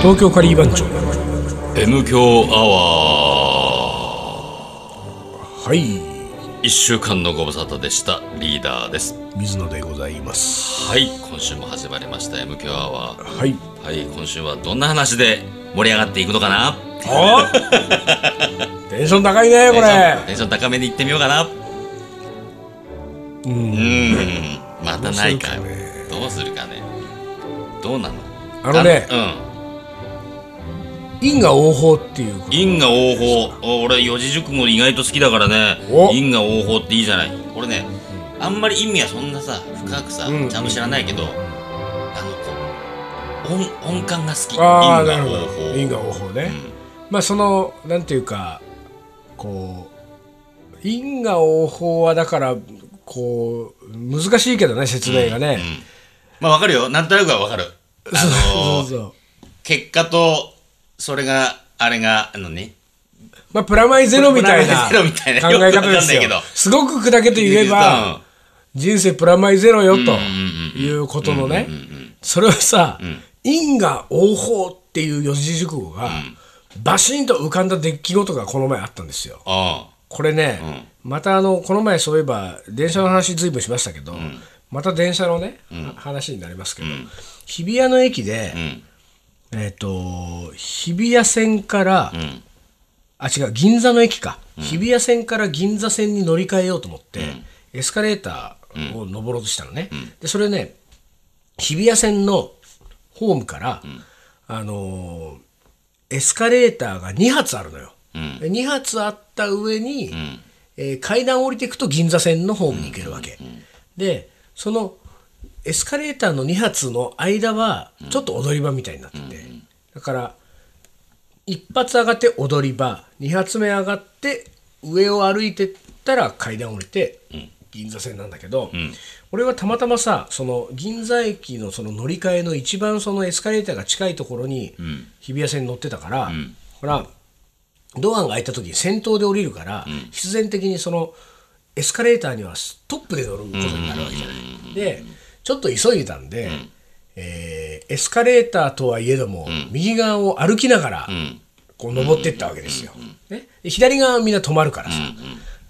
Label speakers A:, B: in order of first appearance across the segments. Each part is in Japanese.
A: 東京カリー番長
B: M 強アワ
A: はい
B: ー一週間のご無沙汰でしたリーダーです
A: 水野でございます
B: はい今週も始まりました M 強アワー
A: はい
B: はい今週はどんな話で盛り上がっていくのかな
A: あ テンション高いねこ
B: テ
A: れ
B: ンションテンション高めにいってみようかなうーんまたないか
A: どうす
B: どうするかねどうなの
A: あのね
B: うん
A: 因果応報っていうこと
B: 因果応報俺四字熟語意外と好きだからね
A: お
B: 因果応報っていいじゃない俺ねあんまり意味はそんなさ深くさ、
A: うん
B: ちゃんと知らないけど、あのこう音音感が好き因
A: ああ
B: 果
A: なるほ
B: 応
A: ど
B: 報
A: 因果応報ね、まあそのなんていうかこう因果応報はだからこう難しいけどね説明がね、
B: まあわかるよなんとなくはわかるあの
A: そうそうそう
B: 結果とそれがあれがあのね
A: まあプラマイゼロみたいな
B: プ
A: 考
B: ラマ
A: え
B: イゼロみたい
A: 方です
B: な
A: よ
B: よくわかんないけど
A: すごく砕けて言えば、人生プラマイゼロよということのねそれはさ因果応報っていう四字熟語がバシンと浮かんだ出来事がこの前あったんですよ。
B: あ
A: これねまたあのこの前そういえば電車の話ずいぶんしましたけどまた電車のね話になりますけど日比谷の駅で
B: ん
A: えっと日比谷線からあ違う銀座の駅か、日比谷線から銀座線に乗り換えようと思って、エスカレーターを登ろうとしたのね、でそれね日比谷線のホームから、あのーエスカレーターが2発あるのよ、で2発あった上に、えー階段を降りていくと銀座線のホームに行けるわけ、でそのエスカレーターの2発の間はちょっと踊り場みたいになってて、だから一発上がって踊り場二発目上がって上を歩いてったら階段降りて銀座線なんだけど、俺はたまたまさその銀座駅のその乗り換えの一番そのエスカレーターが近いところに日比谷線に乗ってたから、ほらドアが開いた時に先頭で降りるから、必然的にそのエスカレーターにはトップで乗ることになるわけじゃない。でちょっと急いでたんで、えーエスカレーターとはいえども、右側を歩きながら、こう登っていったわけですよ。ね、で左側はみんな止まるからさ、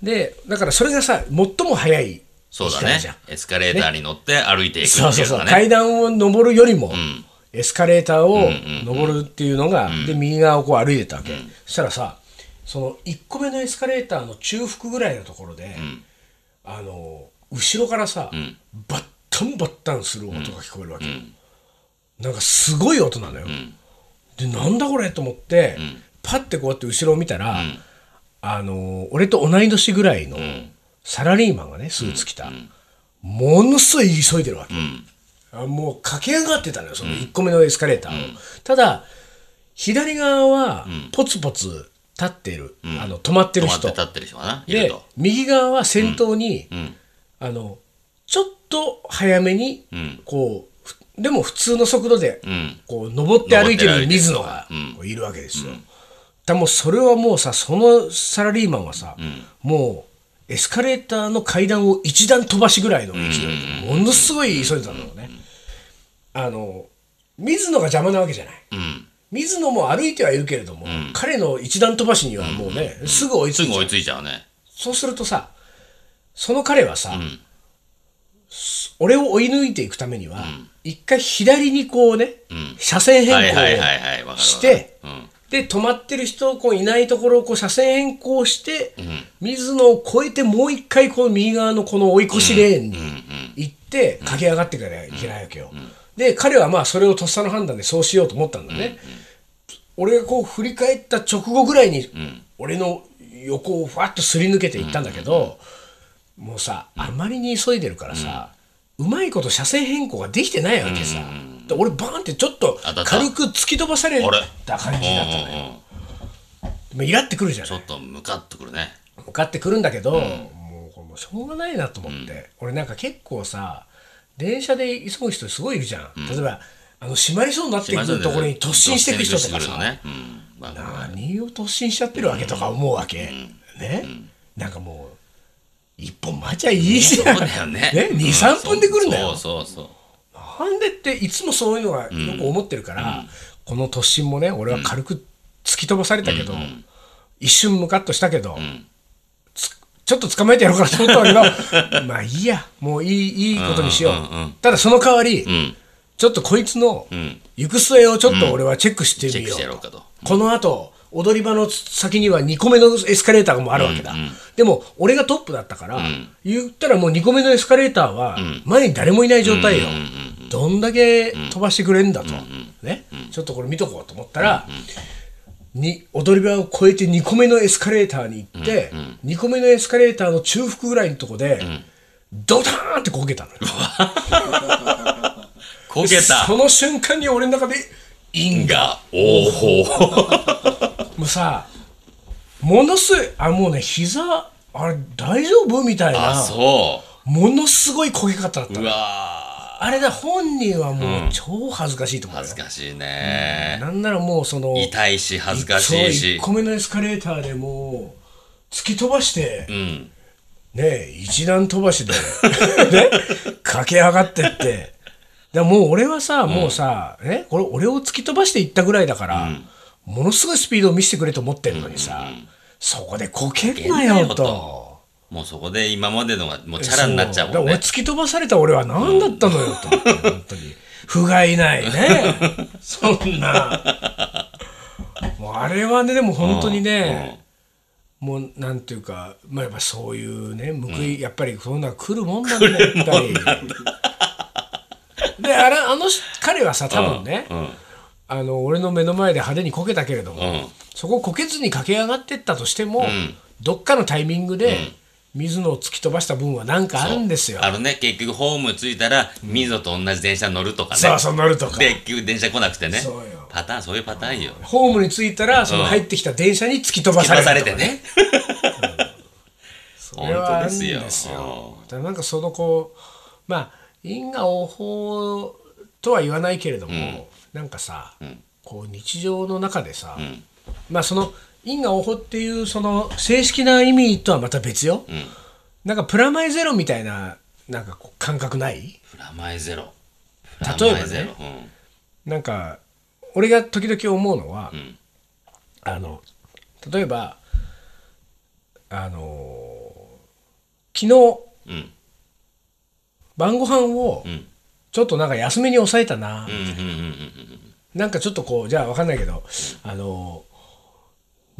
A: でだからそれがさ最も早い
B: そうだ
A: 時間
B: ね
A: じゃん
B: エスカレーターに乗って歩いていくっていう
A: そ
B: の
A: うそうそう、
B: がね
A: 階段を上るよりも、エスカレーターを上るっていうのが、で右側をこう歩いてたわけ、そしたらさその1個目のエスカレーターの中腹ぐらいのところで、あの後ろからさ、バッタンバッタンする音が聞こえるわけ、なんかすごい音なのよ、でなんだこれと思って、パッてこうやって後ろを見たら、あの俺と同い年ぐらいのサラリーマンがねスーツ着た、ものすごい急いでるわけ、あもう駆け上がってたのよその1個目のエスカレーターを、ただ左側はポツポツ立っている、あの止まってる
B: 止まっ
A: 人
B: て立ってる人がないる
A: で
B: と
A: 右側は先頭に、あのちょっと早めに、こうふでも普通の速度で、こう登って歩いて
B: 登って歩いて
A: る
B: る
A: 水野がこういるわけですよ。だもうそれはもうさそのサラリーマンはさ、もうエスカレーターの階段を一段飛ばしぐらいの勢いで、ものすごい急いでたんだろうね。あの水野が邪魔なわけじゃない。水野も歩いてはいるけれども、彼の一段飛ばしにはもうね、すぐ追いつ
B: す
A: い
B: ぐ
A: ちゃ
B: 追
A: う
B: いついちゃうね
A: そうするとさその彼はさ、す俺を追い抜いていくためには、一回左にこうね、車線変
B: はい
A: 更
B: はいはいはいわかるわ
A: を
B: かる
A: して
B: うん
A: で止まってる人こういないところをこう車線変更して、水野を越えてもう一回こう右側のこの追い越しレーンに行って駆け上がっていかなきゃいけないわけよ。で彼はまあそれをとっさの判断でそうしようと思ったんだね。俺がこう振り返った直後ぐらいに、俺の横をふわっとすり抜けていったんだけど、もうさあまりに急いでるからさ、うまいこと車線変更ができてないわけさ、で俺バーンってちょっと
B: 当たった
A: 軽く突き飛ばされた感じだったの
B: う
A: よ
B: んうんうん
A: まあイラってくるじゃん
B: ちょっとムカッとくるね
A: 向かってくるんだけど、もうこれもうしょうがないなと思って、俺なんか結構さ電車で急ぐ人すごいいるじゃん、例えばあの閉まりそうになってくるところに突進していく人とか
B: 突進して
A: さ、
B: くるのねうんまあ
A: 何を突進しちゃってるわけとか思うわけ、ね、なんかもう一本待ちゃいいじゃん、
B: そうだよね
A: ね
B: うん
A: 23分で来るんだよ
B: そうそうそう
A: なんでっていつもそういうのがよく思ってるから、この突進もね、俺は軽く突き飛ばされたけど、一瞬ムカッとしたけど、つちょっと捕まえてやろうかなと思ったんだけ ど、まあいいや、もういいいいことにしよう。
B: うんうんうん
A: ただその代わり、
B: うん。
A: ちょっとこいつの
B: ん
A: 行く末をちょっと俺はチェックして
B: チェ
A: み
B: ック
A: よ
B: し
A: う
B: てやろ
A: と
B: う。かと。
A: この後、踊り場の先には2個目のエスカレーターもあるわけだ。でも、俺がトップだったから、言ったらもう2個目のエスカレーターは、前に誰もいない状態よ。どんだけ飛ばしてくれんだと。ね。ちょっとこれ見とこうと思ったら、に踊り場を越えて2個目のエスカレーターに行って、2個目のエスカレーターの中腹ぐらいのとこで、ドターンってこけたのよ。
B: こけた。
A: その瞬間に俺の中で、
B: 因果応報。
A: もうさ、ものすごい、あ、もうね、膝、あれ、大丈夫みたい
B: あ、
A: な、
B: そ
A: ものすごい焦げ方だった
B: う。う。わ
A: あれだ、本人はもう超恥ずかしいと
B: ー
A: 思う
B: 恥
A: よ
B: ず。かしいね。
A: なんならもう、その、
B: 痛いし、恥ずかしいし
A: 1。個目のエスカレーターでもう、突き飛ばして、
B: うん。
A: ねえ、一段飛ばしで、 ね、駆け上がってって。だからもう俺はさ、もうさ、ね、これ俺を突き飛ばしていったぐらいだから、ものすごいスピードを見せてくれと思ってるのにさ、そこでこけんな
B: こけんな
A: よ
B: よ
A: と
B: と。もうそこで今までのがもうチャラになっちゃう
A: そうだ
B: もん
A: から俺
B: ね。
A: 突き飛ばされた俺は何だったのよと思って、本当に。不甲斐ない ね。そんな。もうあれはね、でも本当にね、もうなんていうか、まあ、やっぱそういうね、報い、やっぱりそんな来るもんなんだね、やっぱり。で、あれ、あのし、彼はさ、多分ね、
B: うん。
A: あの、俺の目の前で派手にこけたけれども、
B: うん
A: そこをこけずに駆け上がってったとしても、どっかのタイミングで、水野を突き飛ばした分はなんかあるんですよ。
B: あのね、結局ホーム着いたら、水野と同じ電車乗るとかね。
A: そうそう乗るとか
B: で、結局電車来なくてね
A: そうよ。
B: パターン、そういうパターンよ。
A: ホームに着いたら、その入ってきた電車に突き飛ば
B: 気
A: さ
B: ま
A: れる
B: され
A: と
B: て
A: か
B: ね。
A: それ
B: 本
A: はある
B: 当で
A: ん
B: すよ。
A: ですよ。だからなんかそのこう、まあ、因果応報とは言わないけれども、なんかさ、こう日常の中でさ、まあその因果応報っていうその正式な意味とはまた別よ。なんかプラマイゼロみたいな、なんかこう感覚ない
B: プラマイゼロ。
A: 例えばね
B: プラマイゼロうん
A: なんか俺が時々思うのは、
B: ん
A: あの例えばあの昨日
B: うん
A: 晩ご飯を
B: ん
A: ちょっとなんか休みに抑えたな、
B: うんうんうん
A: なんかちょっとこうじゃあ分かんないけど、あの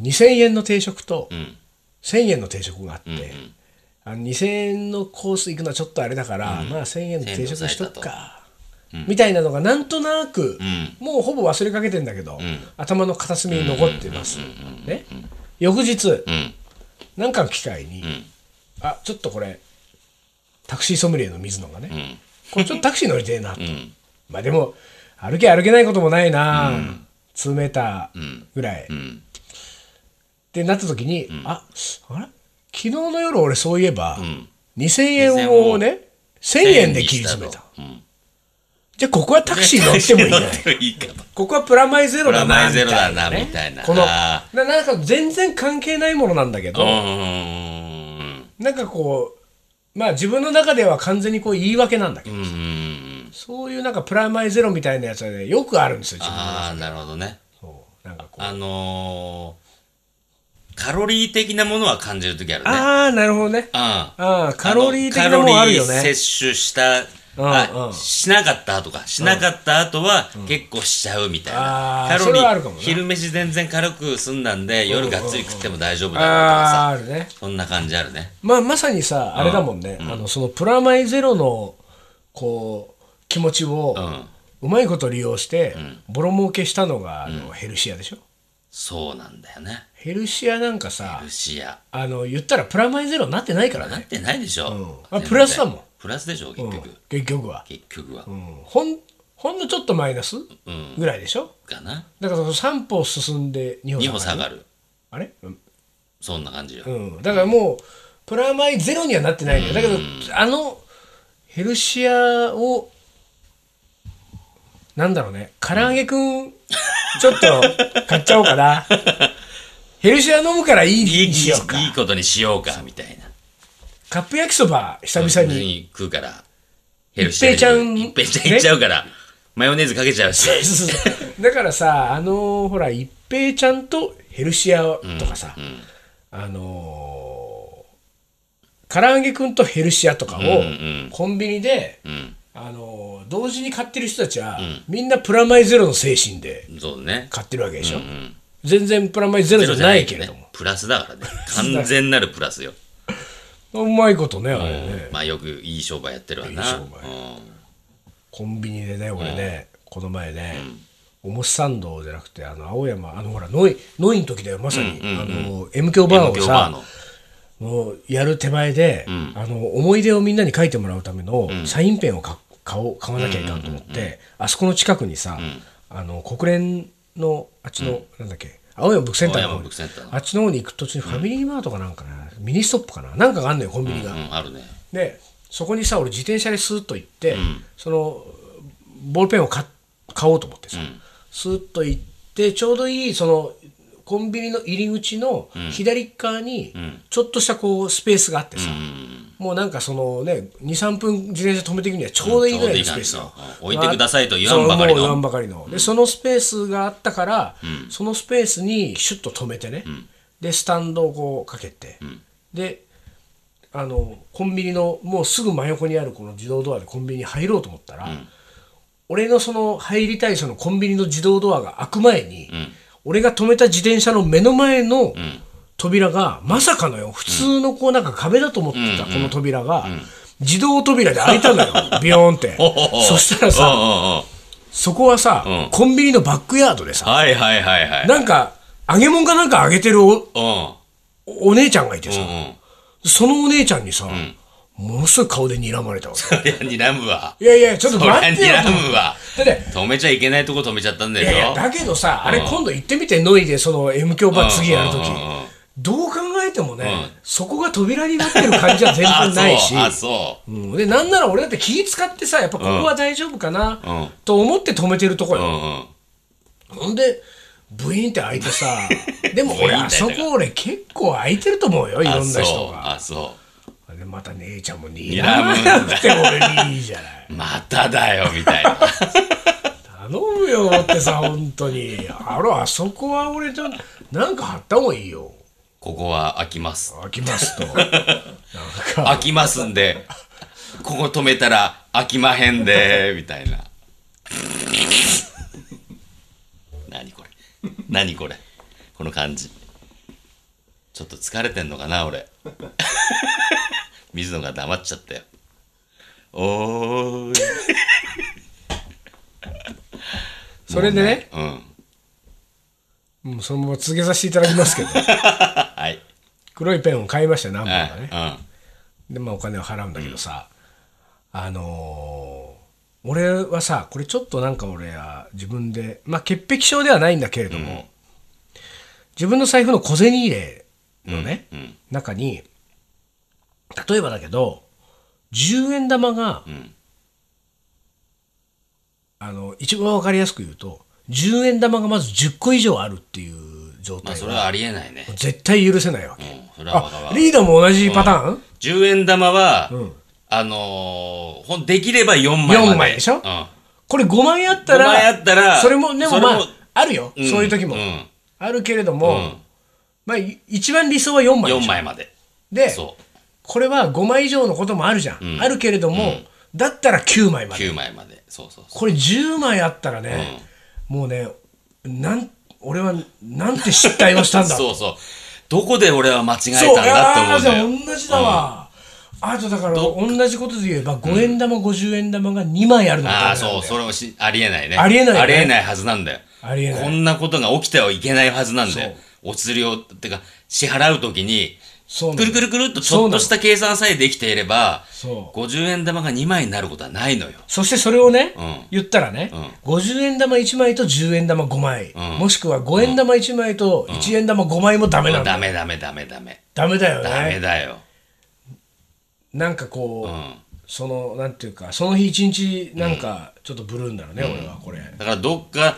A: 2,000円の定食と
B: うんうん
A: 1,000円の定食があって、あの2,000円のコース行くのはちょっとあれだから、まあ1,000円の定食しとくか、みたいなのがなんとなく、
B: ん
A: もうほぼ忘れかけてんだけど、
B: ん
A: 頭の片隅に残ってます。ね、翌日
B: うん
A: なんかの機会に、
B: ん
A: あちょっとこれタクシーソムリエの水野がね、
B: うん
A: これちょっとタクシー乗りてえなと、
B: うん
A: まあでも歩け歩けないこともないな、2メーターぐらい、
B: う
A: っ
B: ん
A: てなった時に、ああれ昨日の夜俺そういえば、
B: ん
A: 2,000円をね1,000円で切り詰めた。
B: うん
A: じゃあここはタクシー乗ってもいいね
B: タクシー乗 ってもいいかと
A: ここはプラマイゼロだな
B: プラマイゼロだ
A: みたい
B: な
A: ね
B: みたいな
A: この
B: あ
A: ななんか全然関係ないものなんだけ
B: う
A: ど、
B: ん
A: なんかこうまあ自分の中では完全にこう言い訳なんだけど、
B: うんうん
A: そういうなんかプラマイゼロみたいなやつはねよくあるんですよ自分
B: ああなるほどね
A: そうなんかこう
B: あのーカロリー的なものは感じる時あるね
A: ああなるほどね
B: あ
A: ああカロリー的なもんあるよ
B: カロリー
A: ね
B: 摂取した
A: うんう
B: あ
A: ん
B: しなかったとかしなかった後は結構しちゃうみたい
A: あ
B: な
A: ー
B: カロ
A: そ
B: リ
A: れはあるかも
B: ー
A: な
B: 昼飯全然軽く済んだんで夜がっつり食っても大丈夫だ
A: ああ
B: な
A: あるね
B: とかさそんな感じあるね
A: まあまさにさあれだもんね、あのそのプラマイゼロのこう気持ちを、
B: うん
A: うまいこと利用して、ボロ儲けしたのが、あのヘルシアでしょ
B: そうなんだよね
A: ヘルシアなんかさ
B: ルシア
A: あの言ったらプラマイゼロになってないから
B: なっ
A: ね、
B: てないでしょ、
A: うんあプラスだもん
B: プラスでしょ結
A: うん
B: 局、
A: 結局は、
B: 結局は、
A: うんほんほんのちょっとマイナス
B: ん
A: ぐらいでしょ
B: かな
A: だからその3歩進んで2歩下が
B: 2歩
A: る
B: 下がる
A: あれ、うん
B: そんな感じよ、
A: うん、だからもうプラマイゼロにはなってないのよだけど、あのヘルシアをなんだろうね唐揚げくん、ちょっと買っちゃおうかなヘルシア飲むからいい
B: いい
A: にしようか
B: いいことにしようかみたいな
A: カップ焼きそば久々に
B: 食うから
A: 一平ちゃん
B: 一平ちゃん行っちゃうから、マヨネーズかけちゃうし。
A: そうそうそうだからさあのーほら一平ちゃんとヘルシアとかさ、あのー唐揚げくんとヘルシアとかを
B: ん
A: コンビニで、
B: うん。
A: あのー同時に買ってる人たちは、みんなプラマイゼロの精神で
B: そうね。
A: 買ってるわけでしょ、
B: ん
A: 全然プラマイゼロじゃないけれども、
B: ね。プラスだからね。完全なるプラスよ。
A: うまいことねあれね、
B: まあよくいい商売やってるわな。
A: いい商コンビニでね俺ね、この前ね、表参道じゃなくてあの青山あのほらノイノイの時だよまさに、あの M 響
B: うん。
A: バーを
B: 今日
A: さ
B: バーの。
A: もうやる手前で、あの思い出をみんなに書いてもらうためのサインペンをか買おう買わなきゃいかんと思って、あそこの近くにさ、あの国連のあっちの、なんだっけ青山ブックセンターの
B: 青
A: 方
B: 山
A: に
B: ブックセンターの
A: あっちの方に行く途中にファミリーマートかなんかな、ミニストップかななんかがあんのよコンビニが、
B: うん、あるね。
A: でそこにさ俺自転車でスーッと行って、そのボールペンを買買おうと思ってさ、スーッと行ってちょうどいいそのコンビニの入り口の左側にちょっとしたこうスペースがあってさ、もうなんかそのね23分自転車止めていくにはちょうどいいぐらいのスペース
B: うんちょ
A: の
B: うどいい感じのうん置いてくださいと言わんばかりの
A: そうもう言わんばかりのでそのスペースがあったから、そのスペースにシュッと止めてね、でスタンドをこうかけて、であのコンビニのもうすぐ真横にあるこの自動ドアでコンビニに入ろうと思ったら、俺のその入りたいそのコンビニの自動ドアが開く前に、俺が止めた自転車の目の前の扉が、まさかのよ普通のこうなんか壁だと思ってたこの扉が、自動扉で開いたのよ ビヨーンって
B: おおお
A: そしたらさ、
B: うんうんうん
A: そこはさ、
B: うん
A: コンビニのバックヤードでさ、
B: はいはいはいはい。
A: なんか揚げ物かなんか揚げてるお
B: う
A: おお姉ちゃんがいてさ、
B: ん。うんうん。
A: そのお姉ちゃんにさ、ものすごい顔で睨まれたわけ。
B: そりゃ睨むわ。
A: いやいや、ちょっと
B: そりゃ
A: 待ってよと思
B: 睨むわ。
A: って。だって
B: 止めちゃいけないとこ止めちゃったんだ
A: いやいや、
B: よ。
A: だけどさ、あれ今度行ってみて、ノイでその M 響版次やるとき
B: うんうんうんうん。
A: どう考えてもね、
B: うん
A: そこが扉になってる感じは全然ないし。
B: あ、そう。あ、そう。
A: うん、で、なんなら俺だって気使ってさ、やっぱここは大丈夫かな、
B: うん
A: と思って止めてるとこ
B: う
A: よ。
B: んうん。
A: ほんで、ブイーンって開いてさ、 でも
B: ブイ
A: 俺
B: ーン
A: あ
B: って開
A: そ
B: いたから
A: こ俺結構開いてると思うよ、いろんな人が。
B: あ、そう。あ、そ
A: で、また姉ちゃんも睨まなくて俺にいいじゃない。
B: う。まただよ、み たいな。
A: 頼むよってさ本当にあらあそこは俺ちゃんなんか貼った方がいいよ
B: ここは開きます。
A: 開きます となんか
B: 開きますんで、ここ止めたら開きまへんで、みたいな。何これ何これこの感じ。ちょっと疲れてんのかな、俺。水野が黙っちゃったよ。おーい。
A: それでね
B: うん。
A: もうそのまま続けさせていただきます けど
B: はい。
A: 黒いペンを買いましたよ何本
B: はい
A: かね、
B: う
A: でまあお金を払うんだけどさ、あのー俺はさこれちょっとなんか俺は自分でまあ潔癖症ではないんだけれども、自分の財布の小銭入れのね、
B: んうん
A: 中に例えばだけど10円玉が、
B: ん
A: あの一番わかりやすく言うと10円玉がまず10個以上あるっていう状
B: ん。まあ、
A: 態
B: そ
A: は
B: れはありえないね。
A: 絶対許せないわ
B: う
A: け、
B: ん。それはわかるわ
A: あリーダーも同じパターン、
B: 10円玉は、
A: ん
B: あのーほんできれば4枚まで。
A: 4枚でしょ
B: うん。
A: これ5万円あったら、
B: 5万円あったら
A: それも、でも
B: それも
A: まあ、あるよ、
B: ん
A: そういう時も。
B: うん
A: あるけれども、
B: うん
A: まあ、い一番理想は4枚でしょ
B: 4枚まで。
A: で、
B: そ
A: これは5枚以上のこともあるじゃん。あるけれども、だったら9枚
B: う。
A: まで。
B: 9枚まで。そうそうそ
A: これ10枚あったらね、もうね、なん、俺は、なんて失態をしたん
B: う。
A: だ。
B: そうそう。どこで俺は間違え
A: そう、
B: たんだって思うんだよ。
A: いやーじゃあ同じだわ。あとだから、同じことで言えば、5円玉、50円玉が2枚あるの
B: ああ、
A: と同
B: そう、
A: じ
B: それもし、ありえないね。
A: ありえないよね
B: ありえないはずなんだよ。
A: ありえない
B: こんなことが起きてはいけないはずなんだよ。お釣りを、てか、支払うときに、
A: そうなの
B: くるくるくるっとちょっとした計算さえできていれば、
A: そう
B: 50円玉が2枚になることはないのよ。
A: そしてそれをね、
B: うん
A: 言ったらね、50円玉1枚と10円玉5枚、もしくは5円玉1枚と1円玉5枚もダメなんだ、
B: ダメダメダメダメ。
A: ダメだよ
B: ダメ
A: ね
B: だよ。
A: なんかこう、
B: うん。
A: そのなんていうかその日一日なんかちょっとブルーんだろうね、俺はこれ
B: だからどっか、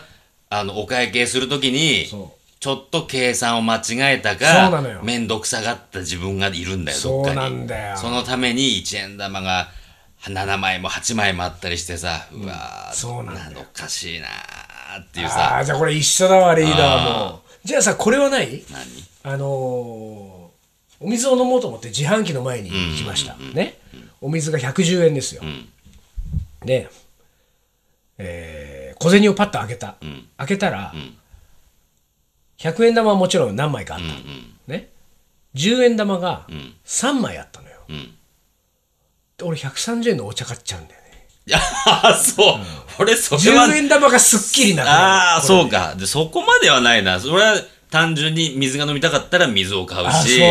B: あの、お会計するときに、
A: そ
B: ちょっと計算を間違えた
A: そうなの
B: か
A: よ、
B: 面倒くさがった自分がいるんだよ、どっかに。
A: そうなんだよ
B: そのために1円玉が7枚も8枚もあったりしてさ、うわー
A: そうなんだ
B: のおかしいなーっていう
A: あ
B: さ、
A: あー、じゃあこれ一緒だわ、リーダーも。じゃあさ、これはない
B: 何
A: あのーお水を飲もうと思って自販機の前に来ました。ね。お水が110円ですよ。で、えー小銭をパッと開けた。開けたら、100円玉はもちろん何枚かあった。 ね。10円玉が3枚あったのよ。
B: ん
A: で俺130円のお茶買っちゃうんだよね。
B: いや、そう、俺それは
A: 10、円玉がすっきりなくなる
B: ああ、そうか。で、そこまではないな。それは単純に水が飲みたかったら水を買う
A: あ
B: し、
A: そう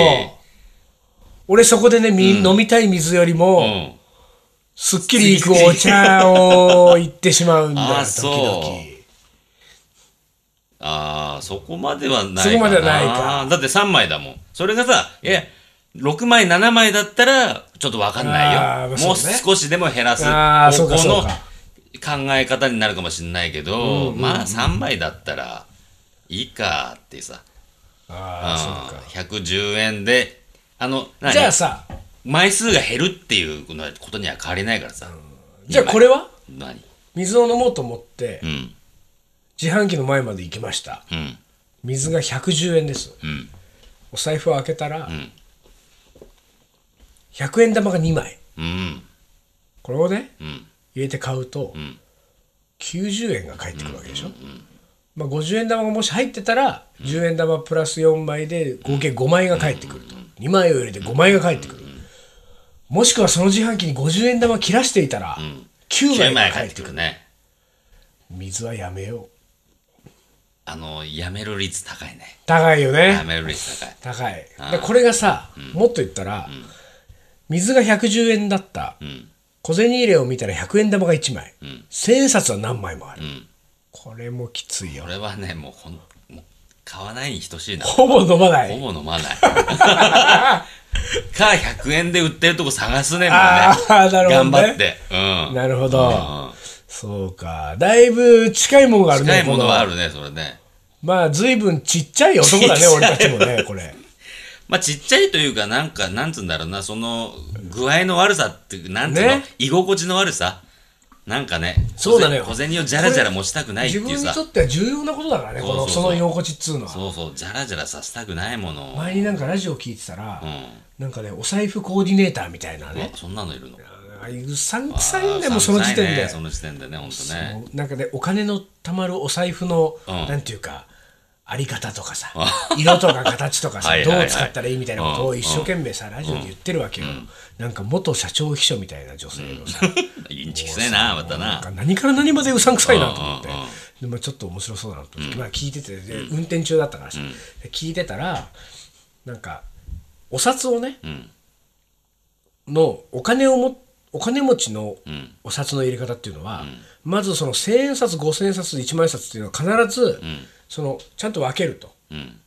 A: 俺そこでね、み飲みたい水よりも、
B: うん。
A: すっきりいくお茶を言ってしまうんだよ
B: あー
A: 時
B: そう
A: 々
B: ああ、そこまではないかな。
A: そこまではないか
B: だって3枚だもん。それがさ、いや、6枚、7枚だったら、ちょっとわかんな
A: あ
B: いよ。
A: ー
B: もう
A: そうね
B: 少しでも減らす。
A: あーそうか
B: こ
A: そう
B: の
A: か
B: 考え方になるかもしれないけど、まあ3枚だったら、いいかってさ。
A: あーそう
B: うん110円で、あの、
A: か
B: 何
A: じゃあさ
B: 枚数が減るっていうことには変わりないからさ。
A: じゃあこれは
B: 何
A: 水を飲もうと思って
B: うん。
A: 自販機の前まで行きました
B: うん。
A: 水が110円です
B: うん。
A: お財布を開けたら
B: ん
A: 100円玉が2枚
B: うん。
A: これをね
B: うん。
A: 入れて買うと
B: ん
A: 90円が返ってくるわけでしょまあ50円玉がもし入ってたら10円玉プラス4枚で合計5枚が返ってくると2枚を入れて5枚が返ってくるもしくはその自販機に50円玉切らしていたら9
B: 9
A: 枚が
B: 枚
A: 返っ
B: 返ってて
A: く
B: く
A: る
B: るね。
A: 水はやめよう
B: あの、やめる率高いね。
A: 高いよ
B: や
A: ね
B: める率高い。
A: 高いでこれがさもっと言ったら水が110円だった
B: ん
A: 小銭入れを見たら100円玉が1枚
B: ん
A: 千円札は何枚もある
B: ん
A: これもきついよ
B: 俺はね、もうほん、もう買わないに等しいな。ほ
A: ほぼ飲まない
B: ぼ飲 まない。か、100円で売ってるとこ探すね、もうね。
A: あーなるほどね
B: 頑張って。うん。
A: なるほど、そうかだいぶ近いもんがあるね
B: 近いものはあ
A: こ
B: るね、それね。
A: まあ随分ちっちゃい男だね
B: ちっちゃい
A: 俺たちもねこれ
B: まあ、ちっちゃいというか、なんか、なんつうんだろうな、その、具合の悪さっていう、なんつうの、
A: ね
B: 居心地の悪さなんかね、
A: そうだね
B: 小銭小銭をじゃらじゃら持ちたく ないって
A: 自
B: いう
A: 分に
B: さ
A: と。っては重要なことだからねこ
B: そ
A: の
B: うそう
A: そ
B: そう
A: の居心地っつうのは
B: そうそう、じゃらじゃらさせたくないものを。
A: 前になんかラジオ聞いてたら、
B: うん。
A: なんかねお財布コーディネーターみたいなね
B: あそんなのいるの
A: ああいうさんくさい
B: あ
A: んだ
B: ー
A: よもうその時点
B: 寒い
A: で
B: ね、その時点でね、本当ね。
A: もうなんかねお金のたまるお財布の、
B: うん
A: なんていうかあり方とかさ色とか形とかさ
B: はいはいは
A: ど
B: い
A: う使ったらいいみたいなことを
B: うん
A: 一生懸命さ、ラジオで言ってるわけよ、なんか元社長秘書みたいな女性のさ、
B: インチキせえな、ま
A: な
B: た
A: ん
B: な
A: か。何から何までうさんくさいなと思って
B: うんうんうん、
A: でまあ、ちょっと面白そうだなと思って、まあ、聞いててで運転中だったからさ、で聞いてたらなんかお札をね、
B: ん
A: のお金をもお金持ちの
B: ん
A: お札の入れ方っていうのは、まずその千円札五千円札一万円札っていうのは必ず、そのちゃんと分けると。
B: うん。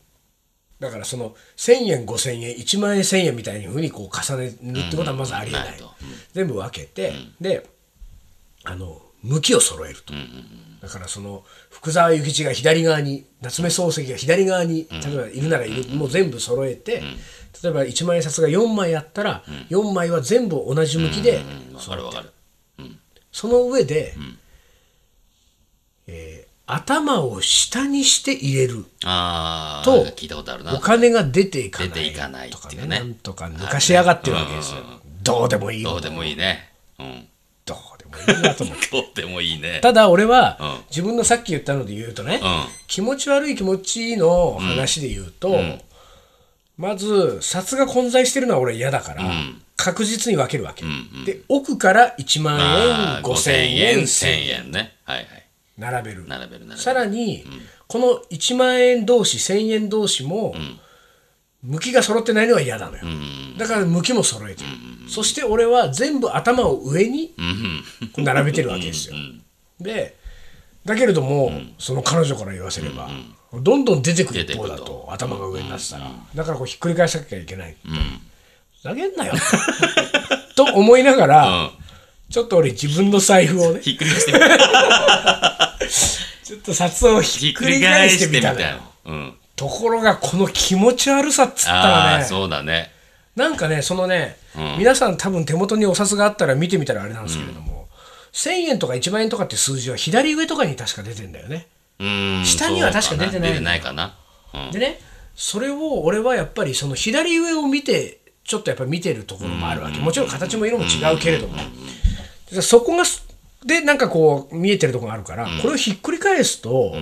A: だからその1000円5000円1万円1000円みたいなふうにこう重ねるってことはまずありえない、
B: ないとうん
A: 全部分けて、であの向きを揃えると、だからその福沢諭吉が左側に夏目漱石が左側に例えばいるならいる、もう全部揃えて、例えば1万円札が4枚あったら、4枚は全部同じ向きで、
B: うんわかるわかる。
A: その上で、えー頭を下にして入れる。
B: ああ、
A: と
B: 聞いたことあるな。
A: お金が出ていかない
B: 出ていかないって
A: とか
B: いうね
A: ねなんとか抜かしやがってるわけですよ、
B: うんうん
A: どうでもいい
B: ど
A: の
B: うでもいいね。うん。
A: どうでもいいなと思う
B: どうでもいいね。
A: ただ俺は、
B: うん
A: 自分のさっき言ったので言うとね、
B: うん。
A: 気持ち悪い気持ちいいの話で言うと、まず札が混在してるのは俺嫌だから、
B: ん
A: 確実に分けるわけ、で奥から1万円
B: ああ、
A: 5000
B: 5000
A: 円
B: 円、
A: 1000
B: 1000
A: 円
B: 円ね。はいはい。
A: 並べる
B: 並べる、並べ
A: さ
B: る。
A: らに、この1万円同士1000円同士も、向きが揃ってないのは嫌なのよ、だから向きも揃えてる、そして俺は全部頭を上にこう並べてるわけですよ、でだけれども、その彼女から言わせれば、どんどん出てくる一方だ
B: 出てくる
A: と頭が上になってたら、だからこうひっくり返さなきゃいけない、ふざけんなよ と思いながら、
B: うん。
A: ちょっと俺自分の財布をね
B: ひっくり返してみた。
A: ちょっと札を ひ
B: ひ
A: っ
B: っ
A: く
B: く
A: り
B: り
A: 返
B: 返
A: し
B: してて
A: み
B: み
A: た
B: た
A: のよ
B: よ。うん。
A: ところがこの気持ち悪さっつった
B: あ
A: ら
B: あ、
A: ね
B: そうだね。
A: なんかね、そのね、皆さん多分手元にお札があったら見てみたらあれなんですけれども、1000円とか1万円とかって数字は左上とかに確か出てんだよね。
B: うーん
A: 下には確か出てない
B: そう出てないかな、うん、
A: でね、それを俺はやっぱりその左上を見て、ちょっとやっぱり見てるところもあるわけ。もちろん形も色も違うけれども。でそこがす、で、なんかこう見えてるところがあるから、これをひっくり返すと、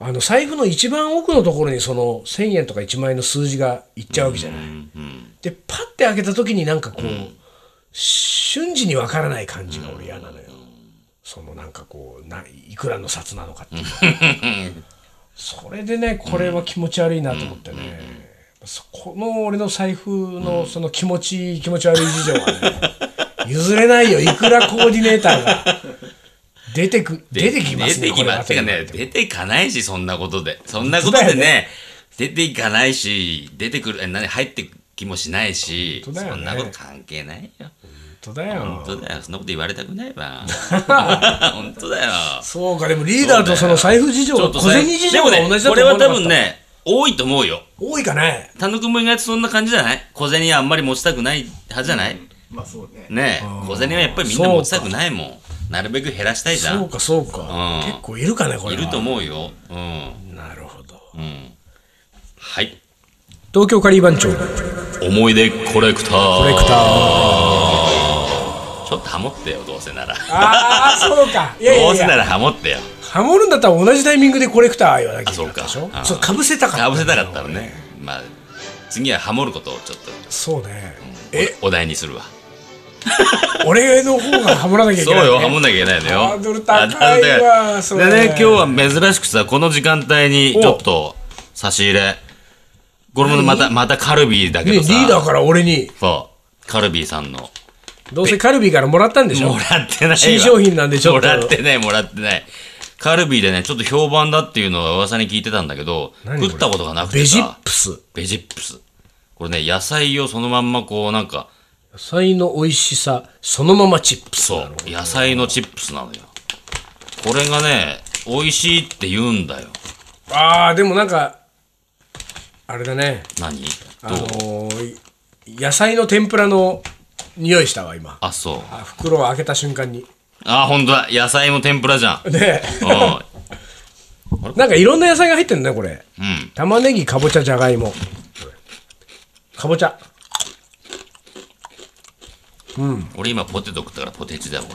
A: あの財布の一番奥のところにその1000円とか1万円の数字がいっちゃうわけじゃない。で、パッて開けた時になんかこう、瞬時にわからない感じが俺嫌なのよ。そのなんかこうないくらの札なのかっていう それでねこれは気持ち悪いなと思ってね、そこの俺の財布のその気持ち、気持ち悪い事情はね譲れないよいくらコーディネーターが出てく 出てきますね
B: 出てきますて
A: こ
B: か
A: れは
B: ね出てかないしそんなことでそんなことでね出ていかないし出てくるえ何入って気もしないし、
A: 本当だよ
B: そ
A: ね
B: んなこと関係ないよ
A: 本当だよ
B: 本当だよそんなこと言われたくない わ本当だよ
A: そうかでもリーダーとその財布事情
B: ちょ
A: は
B: っと
A: 小
B: さ
A: 銭事情が同じだと
B: で
A: 思わなかっ
B: もねこれは
A: た
B: 多分ね多いと思うよ
A: 多いかね
B: 単独も意外とそんな感じじゃない小銭あんまり持ちたくない派じゃない
C: まあそうね。
B: ね
A: うん
B: え小銭はやっぱりみんな持ちたくないもんなるべく減らしたいじゃ
A: そうんかそうか、
B: うん
A: 結構いるかねこれ
B: い
A: は
B: ると思うようん
A: なるほど
B: うんはい
A: 東京カリー番長コ
B: 思い出コレクター
A: レクター
B: ちょっとハモってよどうせなら
A: ああそうかいやい
B: ど
A: や
B: う
A: い
B: せ
A: や
B: ならハモってよ
A: ハモるんだったら同じタイミングでコレクター言わなきゃいけなかったでし
B: あそう
A: ょ
B: か
A: そうかぶせたかった
B: かぶせたかったらねまあ次はハモることをちょっと
A: そうねえ
B: お題にするわ
A: 俺の方がハモらなきゃいけ
B: そう
A: ないね
B: よハモんなきゃいけないのよ
A: ハードル高いわ
B: あ
A: それ
B: でね今日は珍しくさこの時間帯にちょっと差し入れこれもまたまたカルビーだけ
A: ね
B: どさ
A: リーダーから俺に
B: そうカルビーさんの
A: どうせカルビーからもらったんでしょ
B: もらってないわ
A: 新商品なんでちょっと
B: もらってないもらってないカルビーでねちょっと評判だっていうのは噂に聞いてたんだけど
A: 何これ
B: 食ったことがなくて
A: ベ
B: さ
A: ジップス
B: ベジップスこれね野菜をそのまんまこうなんか
A: 野菜の美味しさそのままチップス
B: そう野菜のチップスなのよこれがね美味しいって言うんだよ
A: ああでもなんかあれだね
B: 何どう
A: あのーい野菜の天ぷらの匂いしたわ今
B: あそう
A: あ袋を開けた瞬間に
B: あ本当だ野菜も天ぷらじゃん
A: ね
B: うん
A: なんかいろんな野菜が入ってるねこれ
B: うん
A: 玉ねぎかぼちゃじゃがいもかぼちゃ
B: 俺今ポテト食ったからポテチだよこ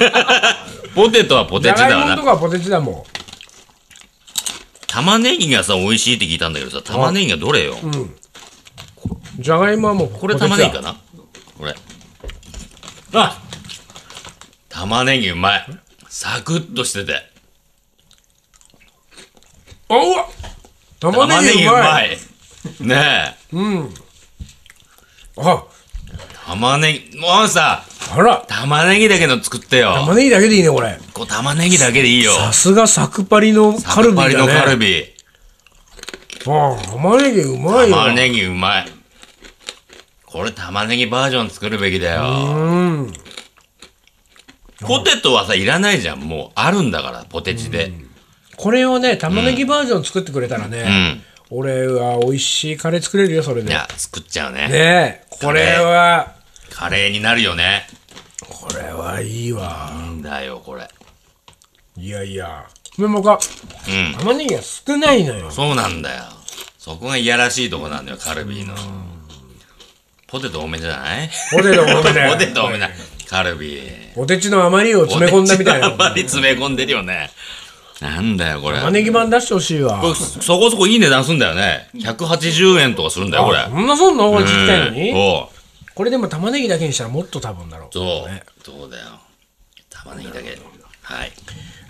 B: れ ポテトはポ
A: じ
B: テ
A: ゃ
B: チだ
A: がい
B: わ
A: も
B: な
A: とかはポテチだもん
B: 玉ねぎがさ美味しいって聞いたんだけどさ玉ねぎがどれよ、
A: じゃがいもはもうこ
B: これ玉ねぎかなこれあ玉ねぎうまいサクッとしてて
A: あうわ玉
B: 玉ね
A: ねぎ
B: ぎ
A: う
B: う
A: まい
B: まいねえ
A: あ
B: 玉ねぎもうさ
A: あら
B: 玉ねぎだけの作ってよ
A: 玉ねぎだけでいいねこれ
B: こう玉ねぎだけでいいよ
A: さすがサクパリのカルビだね
B: パリのカルビ
A: ああ玉ねぎうまいよ
B: 玉ねぎうまいこれ玉ねぎバージョン作るべきだよ
A: うん
B: ポテトはさいらないじゃんもうあるんだからポテチで
A: これをね玉ねぎバージョン作ってくれたらね、俺は美味しいカレー作れるよそれ
B: い
A: でね
B: や作っちゃうね
A: えこれは
B: カレーになるよね
A: これはいいわ
B: なんだよこれ
A: いやいやでもか
B: うん
A: 玉ねぎが少ないのよ
B: そうなんだよそこがいやらしいとこなんだよカルビーのポテト多めじゃない
A: ポテト多めだよ
B: ポテト多めだカルビー
A: ポテチの余りを詰め込んだみたいな
B: あんまり詰め込んでるよねなんだよこれ
A: 玉ねぎ版出してほしいわ
B: これそこそこいい値段すんだよね180円とかするんだよこれ
A: そんなそんな俺聞きたいの
B: うん
A: に
B: おう
A: これでも玉ねぎだけにしたらもっと多分だろう
B: そう、
A: ね
B: そうだよ玉ねぎだけはい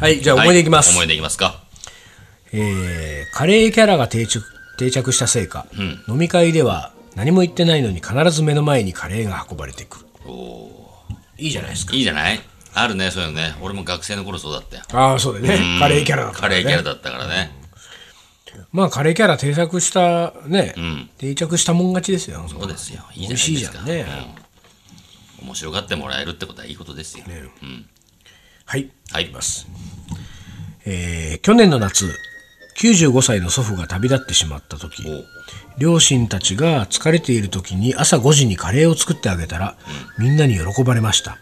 A: はいじゃあ思い出いきます、
B: は思い出いきますか
A: えーカレーキャラが定着定着したせいか、飲み会では何も言ってないのに必ず目の前にカレーが運ばれてくる
B: おお
A: いいじゃないですか
B: いいじゃないあるねそういうのね俺も学生の頃そうだったよ
A: ああそうだよねカレーキャラだった
B: カ
A: から
B: レーキャラ
A: ね
B: だったからね
A: まあカレーキャラ定着したね、
B: ん
A: 定着したもん勝ちですよ
B: そうですよいい
A: 美味しい
B: じ
A: じ
B: ゃ
A: ゃ
B: なんいです
A: ね
B: か、うん面白がってもらえるってことはいいことですよ、うん
A: はい
B: はい
A: えー去年の夏95歳の祖父が旅立ってしまった時
B: お
A: 両親たちが疲れている時に朝5時にカレーを作ってあげたら、みんなに喜ばれました、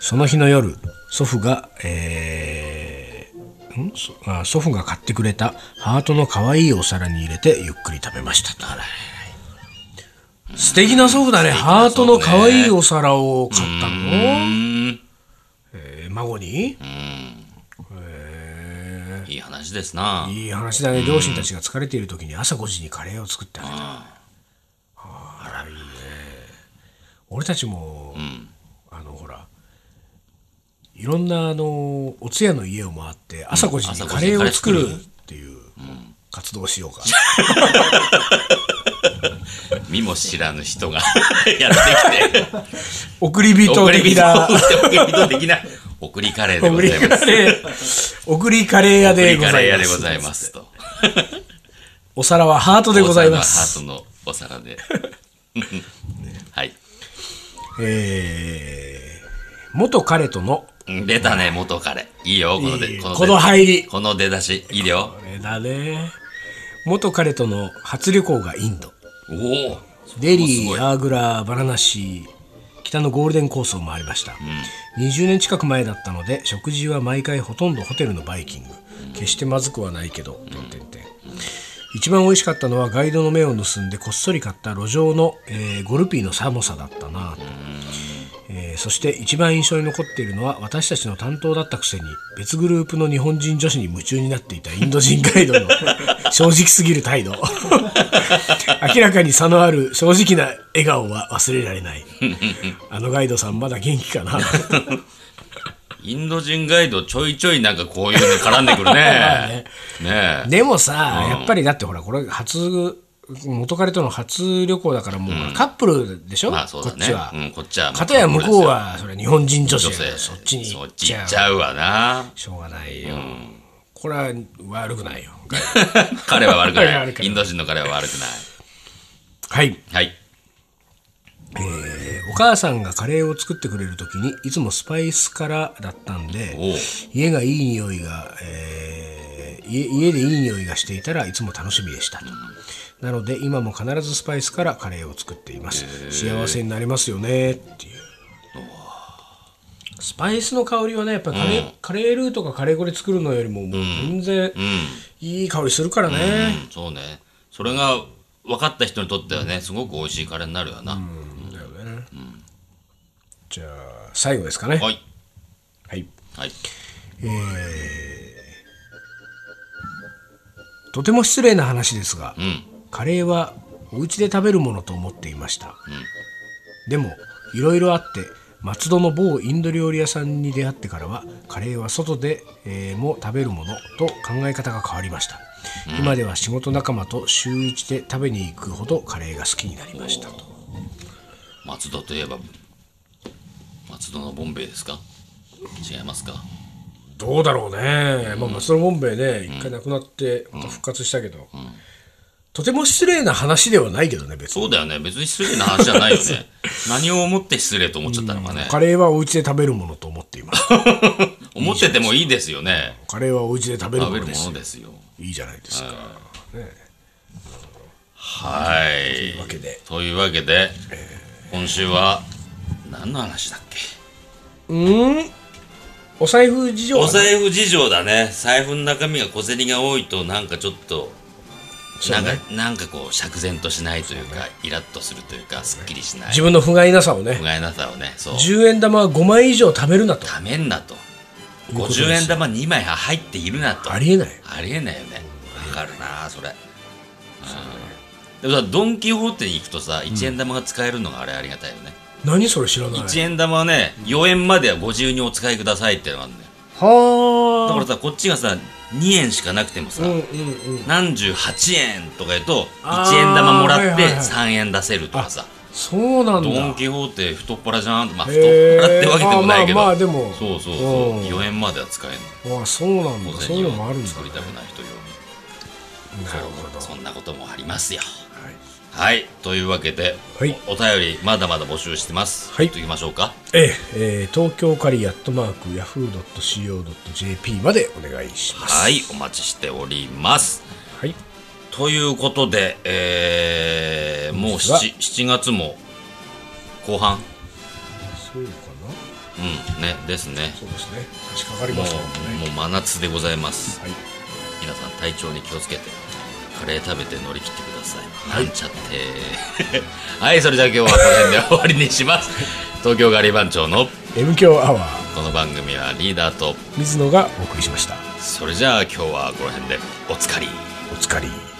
A: その日の夜祖父が、えーんそあ祖父が買ってくれたハートの可愛いお皿に入れてゆっくり食べましたと素敵な祖父だねハートの可愛いお皿を買ったの、
B: うん
A: えー孫に、
B: いい話ですない
A: い話だね両親たちが疲れている時に朝5時にカレーを作ってあげた、あらいいね俺たちも、あのほらいろんなあのお通夜の家を回って朝5時
B: 朝
A: に
B: 5
A: カレーを作る
B: カレー作
A: っていう活動をしようか、
B: 見も知らぬ人が やってきて
A: 送り人
B: 送り
A: 的
B: 人
A: な
B: 送り人的な 送りカレーでご
A: 送り
B: ざいます
A: カレー送りカレー屋
B: 送
A: で
B: り
A: ご
B: カ
A: ざ
B: レー
A: い
B: 屋
A: ま
B: ですございますと
A: お皿はハートでございます
B: お皿はハートのお皿で はい
A: えー元彼との
B: 出たね元カレいいよこの
A: い
B: で
A: い
B: この
A: この
B: 出
A: 入り
B: この出だしいいよ
A: これだね元彼との初旅行がインド
B: おお
A: デ
B: す
A: リ
B: ごい
A: ーアーグラバラナシ北のゴールデンコースを回りました、20年近く前だったので食事は毎回ほとんどホテルのバイキング決してまずくはないけど、点々点一番美味しかったのはガイドの目を盗んでこっそり買った路上の、えーゴルピーの寒さだったなと、えーそして一番印象に残っているのは私たちの担当だったくせに別グループの日本人女子に夢中になっていたインド人ガイドの 正直すぎる態度 明らかに差のある正直な笑顔は忘れられないあのガイドさんまだ元気 かな
B: インド人ガイドちょいちょいなんかこういうの絡んでく るねねえ
A: でもさ、やっぱりだってほらこれ初元彼との初旅行だからもうほらカップルでしょ、
B: まあそう
A: こ
B: だ
A: っちは、
B: ねうんこっちは
A: 片や向こうはそれ日本人女子
B: 女
A: だから
B: 性
A: そっちに
B: そ
A: 行
B: っ
A: っ
B: ち
A: ち
B: 行
A: ゃ
B: っ
A: う
B: ちゃうわな
A: しょうがないよ、 これは悪くないよ
B: 彼は悪く
A: 彼は
B: な
A: 悪くない
B: いインド人の彼は悪くない
A: はい、
B: はい
A: えーお母さんがカレーを作ってくれる時にいつもスパイスからだったんで
B: おう
A: 家がいい匂いが、えー家家でいい匂いがしていたらいつも楽しみでしたとなので今も必ずスパイスからカレーを作っています幸せになりますよねっていうスパイスの香りはねやっぱりカレー、カレールーとかカレー粉で作るのよりももう全然いい香りするからね、
B: うんそうねそれが分かった人にとってはねすごく美味しいカレーになるよな
A: じゃあ最後ですかね
B: はい
A: はい
B: はい
A: とても失礼な話ですが、
B: うん
A: カレーはお家で食べるものと思っていました、でもいろいろあって松戸の某インド料理屋さんに出会ってからはカレーは外で、えーも食べるものと考え方が変わりました、今では仕事仲間と週1で食べに行くほどカレーが好きになりましたと
B: 松戸といえば松戸のボンベイですか違いますか
A: どうだろうね、まあ、松戸のボンベイね一回なくなってまた復活したけど、とても失礼な話ではないけどね別に
B: そうだよね別に失礼な話じゃ ないよね何を思って失礼と思っちゃったのかね
A: カレーはお家で食べるものと思っています
B: 思っててもいいですよね
A: カレーはお家で食べる
B: 食
A: も
B: べ
A: の
B: るも
A: です
B: のですよ
A: いいじゃないですか、ね、
B: はい
A: というわけで
B: というわけで今週は何の話だっけ
A: お財布事情
B: お
A: は
B: 財布事情だね財布の中身が小銭が多いとなんかちょっと、
A: そう
B: なん
A: ね
B: かなんかこう釈然としないというかイラッとするというかすっきりしない
A: 自分の不甲斐なさをね
B: 不甲斐なさをねそう
A: 10円玉は5枚以上貯めるなと
B: ためんなと
A: いうことです
B: 50円玉2枚入っているなと
A: ありえない
B: ありえないよねわかるなそれ、うん、でもさドン・キホーテに行くとさ1円玉が使えるのがあれありがたいよね、
A: 何それ知らない
B: 1円玉はね4円まではご自由にお使いくださいってのがあるんだよだから
A: は
B: さこっちがさ2円しかなくてもさ、
A: あうんうんうん
B: 何十八円とか言うと
A: あー
B: 1円玉もらっ
A: はいはい
B: て
A: はい
B: 3円出せるとかさ、
A: そうなんだ
B: ドン・キホーテ太っ腹じゃんまあ
A: へ
B: 太っ
A: ー
B: 腹ってわけでもないけど、
A: あまあまあでも
B: そうそ
A: う
B: うそう
A: ん
B: 4円までは使えんの
A: わあそうなんだ
B: 小
A: そういう
B: 銭
A: のもあるん
B: を
A: だ
B: 作りたくない人用に
A: なるほど
B: そんなこともありますよ
A: はい
B: はいというわけで、
A: はい
B: おお便りまだまだ募集してます
A: はい
B: といきましょうか
A: えええー東京カリアットマークヤフー .co.jp までお願いします。
B: はいお待ちしております
A: はい。
B: ということで、えーもう
A: 本日は
B: 7, 7月も後半
A: そうかな
B: うんねですね
A: そうですね。差し掛かり
B: も
A: ましたもん
B: う
A: ね。
B: もう真夏でございます
A: はい。
B: 皆さん体調に気をつけてカレー食べて乗り切ってください、なんちゃって はいそれじゃあ今日はこの辺で終わりにします 東京ガリ番長の
A: M 強アワー、
B: この番組はリーダーと
A: 水野がお送りしました。
B: それじゃあ今日はこの辺でおつかり
A: お疲れ。